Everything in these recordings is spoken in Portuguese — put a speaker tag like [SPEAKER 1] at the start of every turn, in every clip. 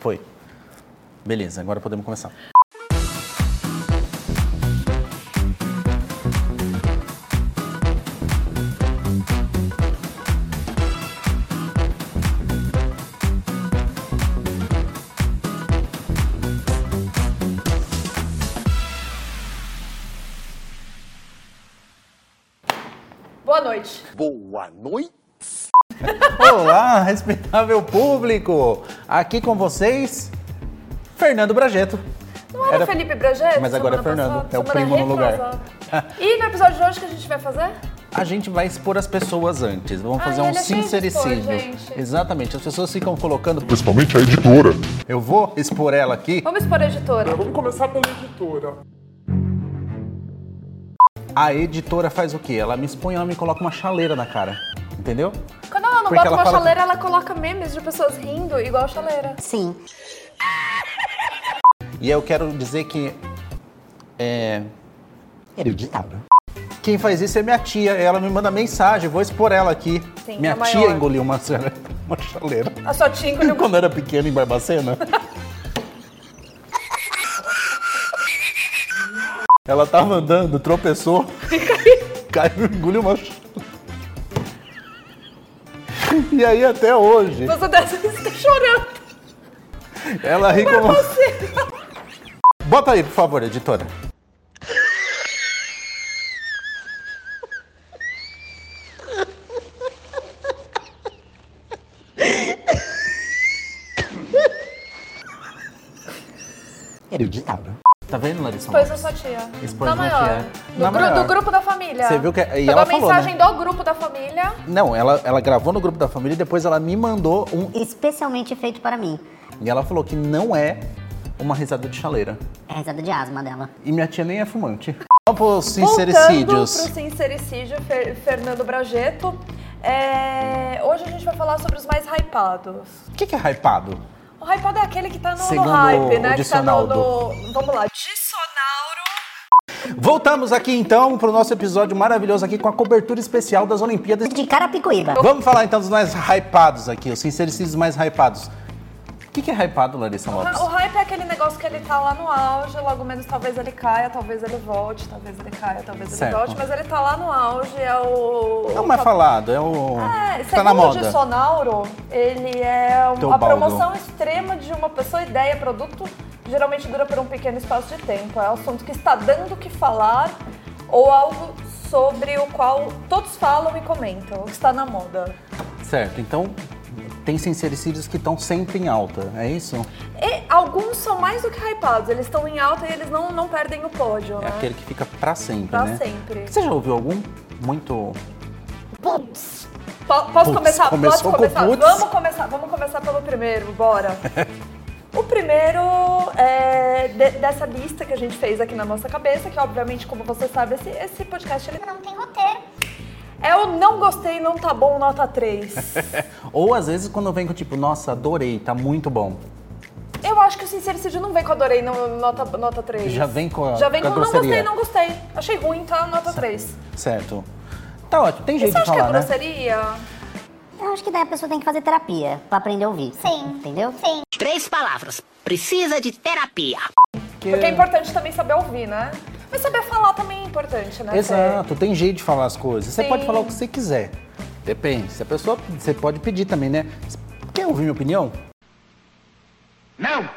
[SPEAKER 1] Foi. Beleza, agora podemos começar.
[SPEAKER 2] Boa noite.
[SPEAKER 3] Boa noite.
[SPEAKER 1] Olá, respeitável público! Aqui com vocês, Fernando Brajeto.
[SPEAKER 2] Não era, Felipe Brajeto?
[SPEAKER 1] Mas agora é
[SPEAKER 2] semana
[SPEAKER 1] Fernando,
[SPEAKER 2] passada?
[SPEAKER 1] é o
[SPEAKER 2] Semana
[SPEAKER 1] primo no lugar.
[SPEAKER 2] retrasada. E no episódio de hoje, o que a gente vai fazer?
[SPEAKER 1] A gente vai expor as pessoas antes. Vamos
[SPEAKER 2] Ai,
[SPEAKER 1] fazer um
[SPEAKER 2] ele é cheio de expor,
[SPEAKER 1] sincericídio.
[SPEAKER 2] gente.
[SPEAKER 1] Exatamente, as pessoas ficam colocando.
[SPEAKER 4] principalmente a editora.
[SPEAKER 1] Eu vou expor ela aqui.
[SPEAKER 2] Vamos expor a editora.
[SPEAKER 4] Vamos começar pela editora.
[SPEAKER 1] A editora faz o quê? Ela me expõe, ela me coloca uma chaleira na cara. Entendeu?
[SPEAKER 2] Quando ela não
[SPEAKER 1] Porque
[SPEAKER 2] bota
[SPEAKER 1] ela
[SPEAKER 2] uma
[SPEAKER 1] fala-
[SPEAKER 2] chaleira, ela coloca memes de pessoas rindo igual a chaleira.
[SPEAKER 5] Sim.
[SPEAKER 1] E eu quero dizer que. É.
[SPEAKER 5] Hereditário.
[SPEAKER 1] Quem faz isso é minha tia. Ela me manda mensagem, vou expor ela aqui.
[SPEAKER 2] Sim,
[SPEAKER 1] minha
[SPEAKER 2] é maior.
[SPEAKER 1] tia engoliu uma, chale- uma chaleira.
[SPEAKER 2] A sua tia engoliu-
[SPEAKER 1] Quando eu era pequeno em Barbacena. Ela tava andando, tropeçou. Caiu, engoliu uma. ch- E aí até hoje,
[SPEAKER 2] Você dessa vez tá chorando.
[SPEAKER 1] ela ri como. Bota aí, por favor, editora.
[SPEAKER 5] Hereditário.
[SPEAKER 1] Tá vendo, Larissa?
[SPEAKER 2] Expôs a sua tia.
[SPEAKER 1] Expôs
[SPEAKER 2] Na
[SPEAKER 1] a minha
[SPEAKER 2] maior.
[SPEAKER 1] tia.
[SPEAKER 2] Do,
[SPEAKER 1] Na
[SPEAKER 2] gru-
[SPEAKER 1] maior.
[SPEAKER 2] do grupo da família.
[SPEAKER 1] Você viu que- é- e
[SPEAKER 2] Pegou
[SPEAKER 1] ela
[SPEAKER 2] a
[SPEAKER 1] falou, né?
[SPEAKER 2] mensagem do grupo da família.
[SPEAKER 1] Não, ela, ela gravou no grupo da família e depois ela me mandou um.
[SPEAKER 5] Especialmente feito para mim.
[SPEAKER 1] E ela falou que não é uma risada de chaleira.
[SPEAKER 5] É a risada de asma dela.
[SPEAKER 1] E minha tia nem é fumante. Vamos pros
[SPEAKER 2] Voltando
[SPEAKER 1] sincericídios.
[SPEAKER 2] pro sincericídio, Fer- Fernando Brajeto. é, Hoje a gente vai falar sobre os mais hypados.
[SPEAKER 1] O que, que é hypado?
[SPEAKER 2] O hypado é aquele que tá no, no
[SPEAKER 1] Segundo
[SPEAKER 2] hype,
[SPEAKER 1] o
[SPEAKER 2] né? Que tá no,
[SPEAKER 1] dicionaldo.
[SPEAKER 2] no- Vamos lá. Dissonauro.
[SPEAKER 1] Voltamos aqui então pro nosso episódio maravilhoso aqui com a cobertura especial das Olimpíadas.
[SPEAKER 5] De Carapicuíba.
[SPEAKER 1] Vamos falar então dos mais hypados aqui, os sincericídios mais hypados. O que, que é hypado, Larissa Lopes?
[SPEAKER 2] O hype é aquele negócio que ele tá lá no auge, logo menos talvez ele caia, talvez ele volte, talvez ele caia, talvez
[SPEAKER 1] Certo.
[SPEAKER 2] ele volte, mas ele tá lá no auge, é o.
[SPEAKER 1] É o mais falado, é o.
[SPEAKER 2] É,
[SPEAKER 1] tá na
[SPEAKER 2] segundo o
[SPEAKER 1] moda.
[SPEAKER 2] Dissonauro, ele é um- a
[SPEAKER 1] Teobaldo.
[SPEAKER 2] promoção extrema de uma pessoa, ideia, produto, geralmente dura por um pequeno espaço de tempo. É um assunto que está dando o que falar ou algo sobre o qual todos falam e comentam, o que está na moda.
[SPEAKER 1] Certo, então tem sincericídios que estão sempre em alta, é isso?
[SPEAKER 2] E alguns são mais do que hypados, eles estão em alta e eles não, não perdem o pódio,
[SPEAKER 1] É
[SPEAKER 2] né?
[SPEAKER 1] aquele que fica pra sempre,
[SPEAKER 2] Pra
[SPEAKER 1] né?
[SPEAKER 2] sempre.
[SPEAKER 1] Você já ouviu algum? Muito.
[SPEAKER 5] Putz.
[SPEAKER 2] Po- posso
[SPEAKER 1] Putz,
[SPEAKER 2] começar? Posso
[SPEAKER 1] começou com
[SPEAKER 2] começar?
[SPEAKER 1] putz.
[SPEAKER 2] Vamos começar, vamos começar pelo primeiro, bora. O primeiro é, de- dessa lista que a gente fez aqui na nossa cabeça, que obviamente, como você sabe, esse, esse podcast ele não tem roteiro. É o não gostei, não tá bom, nota 3.
[SPEAKER 1] Ou às vezes quando vem com tipo, nossa, adorei, tá muito bom.
[SPEAKER 2] Eu acho que o sincericídio não vem com adorei, não, nota, nota 3.
[SPEAKER 1] Já vem com a-
[SPEAKER 2] Já vem
[SPEAKER 1] com
[SPEAKER 2] com,
[SPEAKER 1] a
[SPEAKER 2] não gostei,
[SPEAKER 1] grosseria.
[SPEAKER 2] não gostei. Achei ruim, tá? Nota 3.
[SPEAKER 1] Certo. Tá ótimo, tem jeito
[SPEAKER 2] Você
[SPEAKER 1] de
[SPEAKER 2] acha que é
[SPEAKER 1] falar, né?
[SPEAKER 2] grosseria?
[SPEAKER 5] Eu acho que daí a pessoa tem que fazer terapia pra aprender a ouvir. Sim. Entendeu? Sim.
[SPEAKER 6] Três palavras. Precisa de terapia.
[SPEAKER 2] Porque é importante também saber ouvir, né? Mas saber falar também é importante, né?
[SPEAKER 1] Exato, tem jeito de falar as coisas. Você
[SPEAKER 2] Sim.
[SPEAKER 1] pode falar o que você quiser. Depende. Se a pessoa. Você pode pedir também, né? Quer ouvir minha opinião?
[SPEAKER 2] Você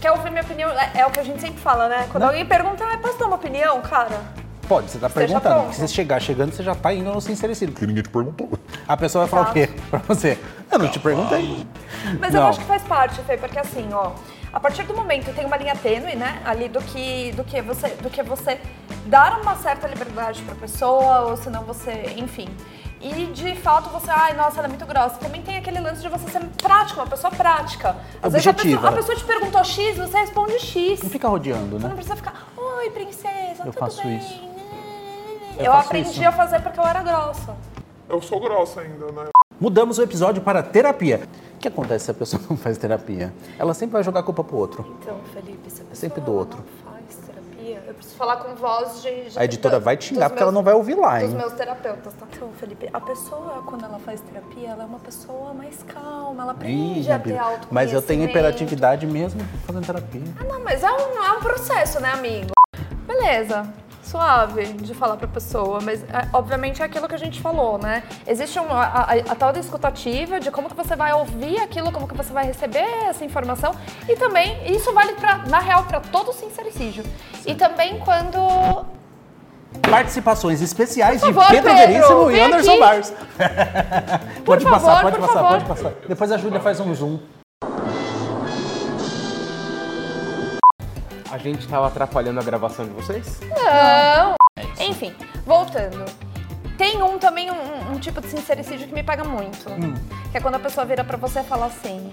[SPEAKER 2] Quer ouvir minha opinião? É, é o que a gente sempre fala, né? Quando
[SPEAKER 1] Não.
[SPEAKER 2] alguém pergunta, ah, posso dar uma opinião, cara?
[SPEAKER 1] Pode, você tá
[SPEAKER 2] Esteja
[SPEAKER 1] perguntando.
[SPEAKER 2] pronto.
[SPEAKER 1] Porque se você chegar chegando, você já tá indo no sincericídio.
[SPEAKER 4] Que ninguém te perguntou.
[SPEAKER 1] A pessoa vai falar o
[SPEAKER 2] Tá.
[SPEAKER 1] quê? Pra você. Eu não te perguntei.
[SPEAKER 2] Mas eu
[SPEAKER 1] Não.
[SPEAKER 2] acho que faz parte, Fê, porque assim, ó, a partir do momento tem uma linha tênue, né? Ali do que, do que você do que você dar uma certa liberdade pra pessoa, ou senão você, enfim. E de fato você, ai, nossa, ela é muito grossa. Também tem aquele lance de você ser prático, uma pessoa prática. Às vezes a
[SPEAKER 1] Objetiva,
[SPEAKER 2] pessoa, a
[SPEAKER 1] né?
[SPEAKER 2] pessoa te perguntou X, você responde X.
[SPEAKER 1] Não fica rodeando,
[SPEAKER 2] Você não
[SPEAKER 1] né?
[SPEAKER 2] precisa ficar, oi, princesa,
[SPEAKER 1] Eu
[SPEAKER 2] tudo
[SPEAKER 1] faço
[SPEAKER 2] bem.
[SPEAKER 1] isso.
[SPEAKER 2] Eu,
[SPEAKER 1] Eu faço
[SPEAKER 2] aprendi
[SPEAKER 1] isso.
[SPEAKER 2] a fazer porque eu era grossa.
[SPEAKER 4] Eu sou grossa ainda, né?
[SPEAKER 1] Mudamos o episódio para terapia. O que acontece se a pessoa não faz terapia? Ela sempre vai jogar a culpa pro outro.
[SPEAKER 2] Então, Felipe, se a pessoa
[SPEAKER 1] Sempre do outro.
[SPEAKER 2] não faz terapia, eu Eu preciso falar com voz de. de
[SPEAKER 1] A editora vai te
[SPEAKER 2] dos
[SPEAKER 1] xingar porque ela não vai ouvir lá,
[SPEAKER 2] Dos
[SPEAKER 1] hein?
[SPEAKER 2] meus terapeutas, tá? Então, Felipe, a pessoa, quando ela faz terapia, ela é uma pessoa mais calma, ela aprende
[SPEAKER 1] Ih,
[SPEAKER 2] a ter
[SPEAKER 1] Bia,
[SPEAKER 2] alto
[SPEAKER 1] Mas eu tenho hiperatividade mesmo fazendo terapia.
[SPEAKER 2] Ah, não, mas é um, é um processo, né, amigo? Beleza. Suave de falar pra pessoa, mas é, obviamente é aquilo que a gente falou, né? Existe uma, a, a- a tal da escutativa de como que você vai ouvir aquilo, como que você vai receber essa informação. E também, isso vale, pra, na real, pra todo sincericídio. E também quando...
[SPEAKER 1] Participações especiais
[SPEAKER 2] Por
[SPEAKER 1] de
[SPEAKER 2] favor,
[SPEAKER 1] Pedro
[SPEAKER 2] Pedro,
[SPEAKER 1] Veríssimo e
[SPEAKER 2] vem
[SPEAKER 1] Anderson
[SPEAKER 2] aqui.
[SPEAKER 1] Barros. pode
[SPEAKER 2] favor,
[SPEAKER 1] passar, pode
[SPEAKER 2] por
[SPEAKER 1] passar,
[SPEAKER 2] favor.
[SPEAKER 1] pode passar. Depois a Júlia faz um zoom.
[SPEAKER 3] A gente tava atrapalhando a gravação de vocês?
[SPEAKER 2] Não! Enfim, voltando. Tem um também, um, um tipo de sincericídio que me paga muito. Que é quando a pessoa vira pra você e fala assim...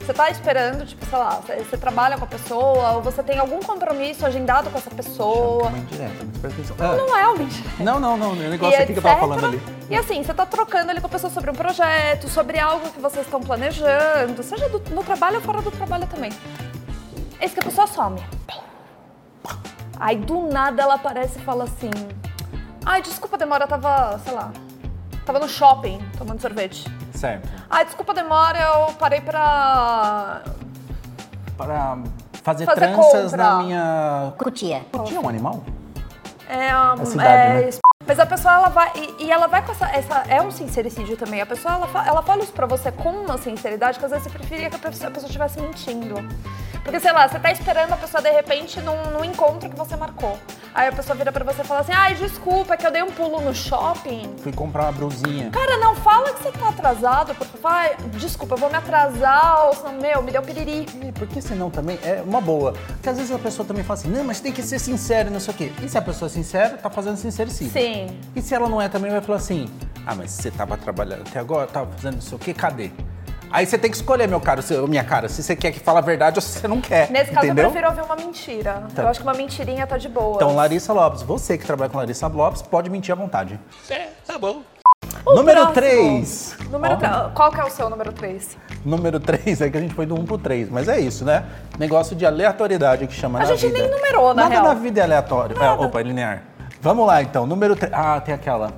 [SPEAKER 2] Você tá esperando, tipo, sei lá, você você trabalha com a pessoa, ou você tem algum compromisso agendado com essa pessoa.
[SPEAKER 1] Uma indireta, mas presta atenção.
[SPEAKER 2] Não é uma indireta.
[SPEAKER 1] Ah, Não, não, não. O negócio
[SPEAKER 2] E
[SPEAKER 1] aqui que eu tava
[SPEAKER 2] etc.
[SPEAKER 1] falando ali.
[SPEAKER 2] E assim, você tá trocando ali com a pessoa sobre um projeto, sobre algo que vocês estão planejando, seja do- no trabalho ou fora do trabalho também. Esse que a pessoa some. Aí do nada ela aparece e fala assim: Ai, desculpa a demora, eu tava, sei lá, tava no shopping tomando sorvete.
[SPEAKER 1] Certo.
[SPEAKER 2] Ai, desculpa a demora, eu parei pra.
[SPEAKER 1] Para fazer,
[SPEAKER 2] Fazer
[SPEAKER 1] tranças
[SPEAKER 2] compra.
[SPEAKER 1] na minha.
[SPEAKER 5] Cutia.
[SPEAKER 1] Tinha um animal?
[SPEAKER 2] É, um,
[SPEAKER 1] É cidade,
[SPEAKER 2] é,
[SPEAKER 1] né?
[SPEAKER 2] es- Mas a pessoa, ela vai. E, e ela vai com essa, essa- É um sincericídio também. A pessoa, ela, fa- ela fala isso pra você com uma sinceridade que às vezes você preferia que a pessoa, a pessoa estivesse mentindo. Porque, sei lá, você tá esperando a pessoa de repente num, num encontro que você marcou. Aí a pessoa vira pra você e fala assim: ai, desculpa, é que eu dei um pulo no shopping.
[SPEAKER 1] Fui comprar uma brusinha.
[SPEAKER 2] Cara, não fala que você tá atrasado, porque fala, "Ai, desculpa, eu vou me atrasar, ou senão, meu, me deu piriri.
[SPEAKER 1] E Porque senão também é uma boa. Porque às vezes a pessoa também fala assim, não, mas tem que ser sincero, não sei o quê. E se a pessoa é sincera, tá fazendo sincericídio.
[SPEAKER 2] Sim.
[SPEAKER 1] E se ela não é também, vai falar assim, ah, mas você tava trabalhando até agora, tava fazendo não sei o quê, cadê? Aí você tem que escolher, meu caro, se- minha cara, se você quer que fale a verdade ou se você não quer.
[SPEAKER 2] Nesse caso,
[SPEAKER 1] entendeu?
[SPEAKER 2] eu prefiro ouvir uma mentira.
[SPEAKER 1] Tá.
[SPEAKER 2] Eu acho que uma mentirinha tá de boa.
[SPEAKER 1] Então, Larissa Lopes, você que trabalha com Larissa Lopes, pode mentir à vontade.
[SPEAKER 6] É, tá bom.
[SPEAKER 2] O
[SPEAKER 1] número
[SPEAKER 2] próximo.
[SPEAKER 1] 3.
[SPEAKER 2] Número tra- Qual que é o seu número 3?
[SPEAKER 1] Número 3 é que a gente foi do 1 pro 3, mas é isso, né? Negócio de aleatoriedade que chama
[SPEAKER 2] A
[SPEAKER 1] na
[SPEAKER 2] gente
[SPEAKER 1] vida.
[SPEAKER 2] nem numerou, na
[SPEAKER 1] Nada
[SPEAKER 2] real.
[SPEAKER 1] na vida é aleatório. É, opa, é linear. Vamos lá, então. Número 3. Ah, tem aquela.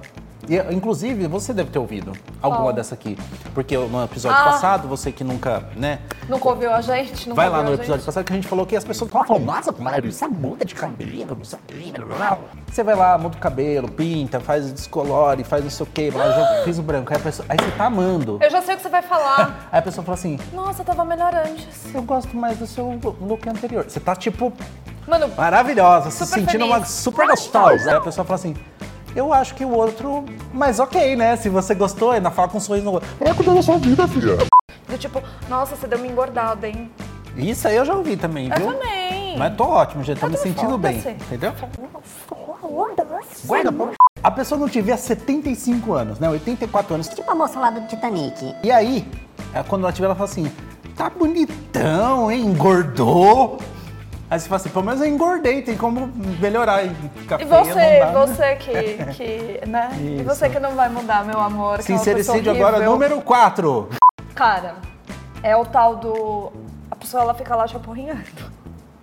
[SPEAKER 1] E, inclusive, você deve ter ouvido alguma
[SPEAKER 2] Qual?
[SPEAKER 1] dessa aqui. Porque no episódio
[SPEAKER 2] Ah.
[SPEAKER 1] passado, você que nunca, né?
[SPEAKER 2] Nunca ouviu a gente? Nunca
[SPEAKER 1] Vai lá
[SPEAKER 2] ouviu
[SPEAKER 1] no
[SPEAKER 2] a
[SPEAKER 1] episódio
[SPEAKER 2] gente?
[SPEAKER 1] passado que a gente falou que as pessoas estavam falando, nossa, Larissa muda de cabelo, é não sei o quê, blá, blá, blá." Você vai lá, muda o cabelo, pinta, faz descolore, faz não sei o quê, blá, já fiz o branco. Aí, a pessoa- aí você tá amando.
[SPEAKER 2] Eu já sei o que você vai falar.
[SPEAKER 1] Aí a pessoa fala assim,
[SPEAKER 2] Nossa, tava melhor antes.
[SPEAKER 1] eu gosto mais do seu look anterior. Você tá, tipo,
[SPEAKER 2] Mano,
[SPEAKER 1] maravilhosa, se
[SPEAKER 2] Super
[SPEAKER 1] sentindo
[SPEAKER 2] feliz.
[SPEAKER 1] uma super gostosa. Aí a pessoa fala assim, eu acho que o outro, mas ok, né? Se você gostou, ainda fala com um sorriso no outro.
[SPEAKER 4] Vai É cuidar da sua vida, filha.
[SPEAKER 2] do tipo, nossa, você deu uma engordada, hein?
[SPEAKER 1] Isso aí eu já ouvi também,
[SPEAKER 2] Eu
[SPEAKER 1] viu?
[SPEAKER 2] também.
[SPEAKER 1] Mas tô ótimo, gente. Tô me
[SPEAKER 2] também
[SPEAKER 1] sentindo
[SPEAKER 2] falo,
[SPEAKER 1] bem,
[SPEAKER 2] você.
[SPEAKER 1] entendeu? Guarda, pô. A pessoa não te vê há 75 anos, né? 84 anos.
[SPEAKER 5] Tipo a moça lá do Titanic.
[SPEAKER 1] E aí, é, quando ela tiver, ela fala assim: tá bonitão, hein? Engordou. Aí você fala assim: pelo menos eu engordei, tem como melhorar. E, ficar
[SPEAKER 2] E
[SPEAKER 1] feia,
[SPEAKER 2] você,
[SPEAKER 1] não dá, né?
[SPEAKER 2] você que, que né? E
[SPEAKER 1] Isso.
[SPEAKER 2] você que não vai mudar, meu amor. que é uma
[SPEAKER 1] Sincericídio
[SPEAKER 2] pessoa
[SPEAKER 1] agora,
[SPEAKER 2] horrível.
[SPEAKER 1] número 4.
[SPEAKER 2] Cara, é o tal do... A pessoa, ela fica lá tipo, chaporrinhando.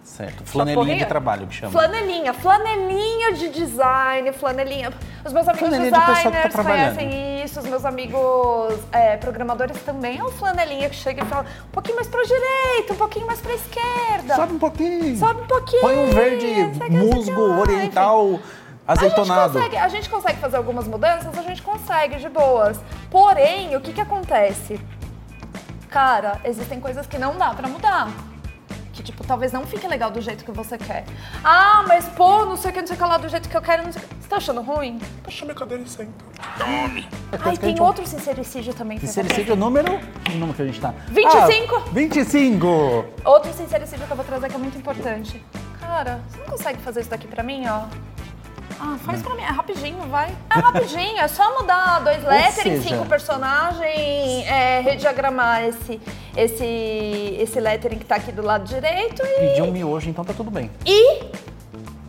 [SPEAKER 1] Certo, flanelinha de
[SPEAKER 2] Porrinha?
[SPEAKER 1] trabalho que chama.
[SPEAKER 2] Flanelinha, flanelinha de design, flanelinha. Os meus amigos
[SPEAKER 1] Flanelinha de pessoa que tá
[SPEAKER 2] designers
[SPEAKER 1] trabalhando.
[SPEAKER 2] conhecem isso, os meus amigos é, programadores também. É o flanelinha que chega e fala um pouquinho mais pra direita, um pouquinho mais pra esquerda.
[SPEAKER 1] Sobe um pouquinho.
[SPEAKER 2] Sobe um pouquinho,
[SPEAKER 1] Põe um verde
[SPEAKER 2] não sei o que, não sei o que
[SPEAKER 1] musgo
[SPEAKER 2] lá,
[SPEAKER 1] oriental
[SPEAKER 2] A
[SPEAKER 1] azeitonado.
[SPEAKER 2] gente, consegue, a gente consegue fazer algumas mudanças, a gente consegue, de boas. Porém, o que que acontece? Cara, existem coisas que não dá pra mudar. Que, tipo, talvez não fique legal do jeito que você quer. Ah, mas pô, não sei o que, não sei o que lá, do jeito que eu quero, não sei o que. Você tá achando ruim?
[SPEAKER 4] Puxa minha cadeira é e senta.
[SPEAKER 2] Ai,
[SPEAKER 1] É, que a
[SPEAKER 2] tem
[SPEAKER 1] gente-
[SPEAKER 2] outro sincericídio também. Fê,
[SPEAKER 1] Sincericídio número. Que número que a gente tá?
[SPEAKER 2] 25.
[SPEAKER 1] Ah, 25!
[SPEAKER 2] Outro sincericídio que eu vou trazer que é muito importante. Cara, você não consegue fazer isso daqui pra mim, ó? Ah, faz pra mim. É rapidinho, vai. É rapidinho, é só mudar dois lettering,
[SPEAKER 1] seja-
[SPEAKER 2] cinco personagens, é, rediagramar esse, esse, esse lettering que tá aqui do lado direito e,
[SPEAKER 1] Pediu um miojo, então tá tudo bem.
[SPEAKER 2] e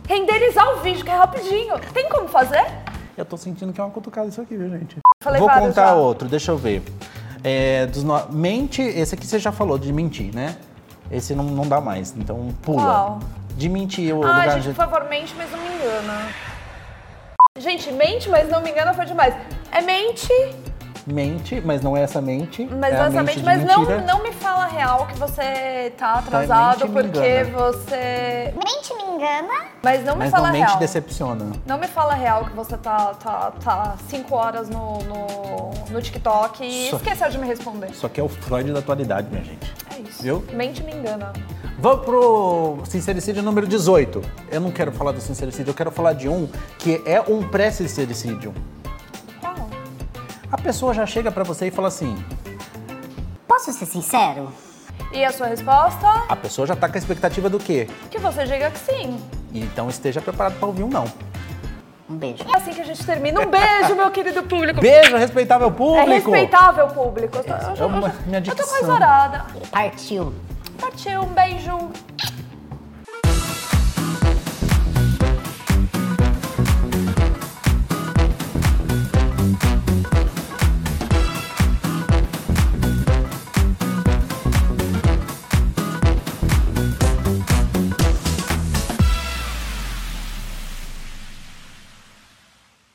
[SPEAKER 2] renderizar o vídeo, que é rapidinho. Tem como fazer?
[SPEAKER 1] Eu tô sentindo que é uma cutucada isso aqui, viu, gente?
[SPEAKER 2] Falei
[SPEAKER 1] Vou
[SPEAKER 2] vários
[SPEAKER 1] contar
[SPEAKER 2] já.
[SPEAKER 1] outro, deixa eu ver. É, dos no- Mente, esse aqui você já falou de mentir, né? Esse não, não dá mais, então pula.
[SPEAKER 2] Qual?
[SPEAKER 1] de mentir o
[SPEAKER 2] Ah,
[SPEAKER 1] lugar
[SPEAKER 2] gente,
[SPEAKER 1] onde-
[SPEAKER 2] por favor, mente, mas não me engana. Gente, mente, mas não me engana foi demais. É mente,
[SPEAKER 1] mente, mas não é essa mente.
[SPEAKER 2] mas
[SPEAKER 1] é
[SPEAKER 2] não
[SPEAKER 1] a
[SPEAKER 2] essa
[SPEAKER 1] mente
[SPEAKER 2] mente,
[SPEAKER 1] de
[SPEAKER 2] mas não,
[SPEAKER 1] mentira.
[SPEAKER 2] não me fala a real que você tá
[SPEAKER 1] Então é
[SPEAKER 2] atrasado
[SPEAKER 1] mente, me
[SPEAKER 2] porque
[SPEAKER 1] engana.
[SPEAKER 2] você.
[SPEAKER 5] Mente me engana.
[SPEAKER 2] Mas não me
[SPEAKER 1] Mas
[SPEAKER 2] fala
[SPEAKER 1] não
[SPEAKER 2] a
[SPEAKER 1] mente
[SPEAKER 2] real.
[SPEAKER 1] decepciona.
[SPEAKER 2] Não me fala a real que você tá 5 tá, tá cinco horas no, no, no TikTok e
[SPEAKER 1] Só-
[SPEAKER 2] esqueceu de me responder.
[SPEAKER 1] Isso aqui é o Freud da atualidade, minha gente.
[SPEAKER 2] É isso.
[SPEAKER 1] Viu?
[SPEAKER 2] Mente me engana.
[SPEAKER 1] Vamos pro sincericídio número 18. Eu não quero falar do sincericídio, eu quero falar de um que é um pré-sincericídio.
[SPEAKER 2] Qual?
[SPEAKER 1] A pessoa já chega pra você e fala assim:
[SPEAKER 5] Posso ser sincero?
[SPEAKER 2] E a sua resposta?
[SPEAKER 1] a pessoa já tá com a expectativa do quê?
[SPEAKER 2] Que você diga que sim.
[SPEAKER 1] Então esteja preparado pra ouvir um não.
[SPEAKER 5] Um beijo.
[SPEAKER 2] E é assim que a gente termina. Um beijo, meu querido público.
[SPEAKER 1] Beijo, respeitável público!
[SPEAKER 2] É respeitável público. Eu tô, eu, já-
[SPEAKER 1] É uma-
[SPEAKER 2] eu já-
[SPEAKER 1] minha
[SPEAKER 2] eu tô
[SPEAKER 1] dicção.
[SPEAKER 2] mais orada.
[SPEAKER 5] Partiu.
[SPEAKER 2] Partiu, um beijo.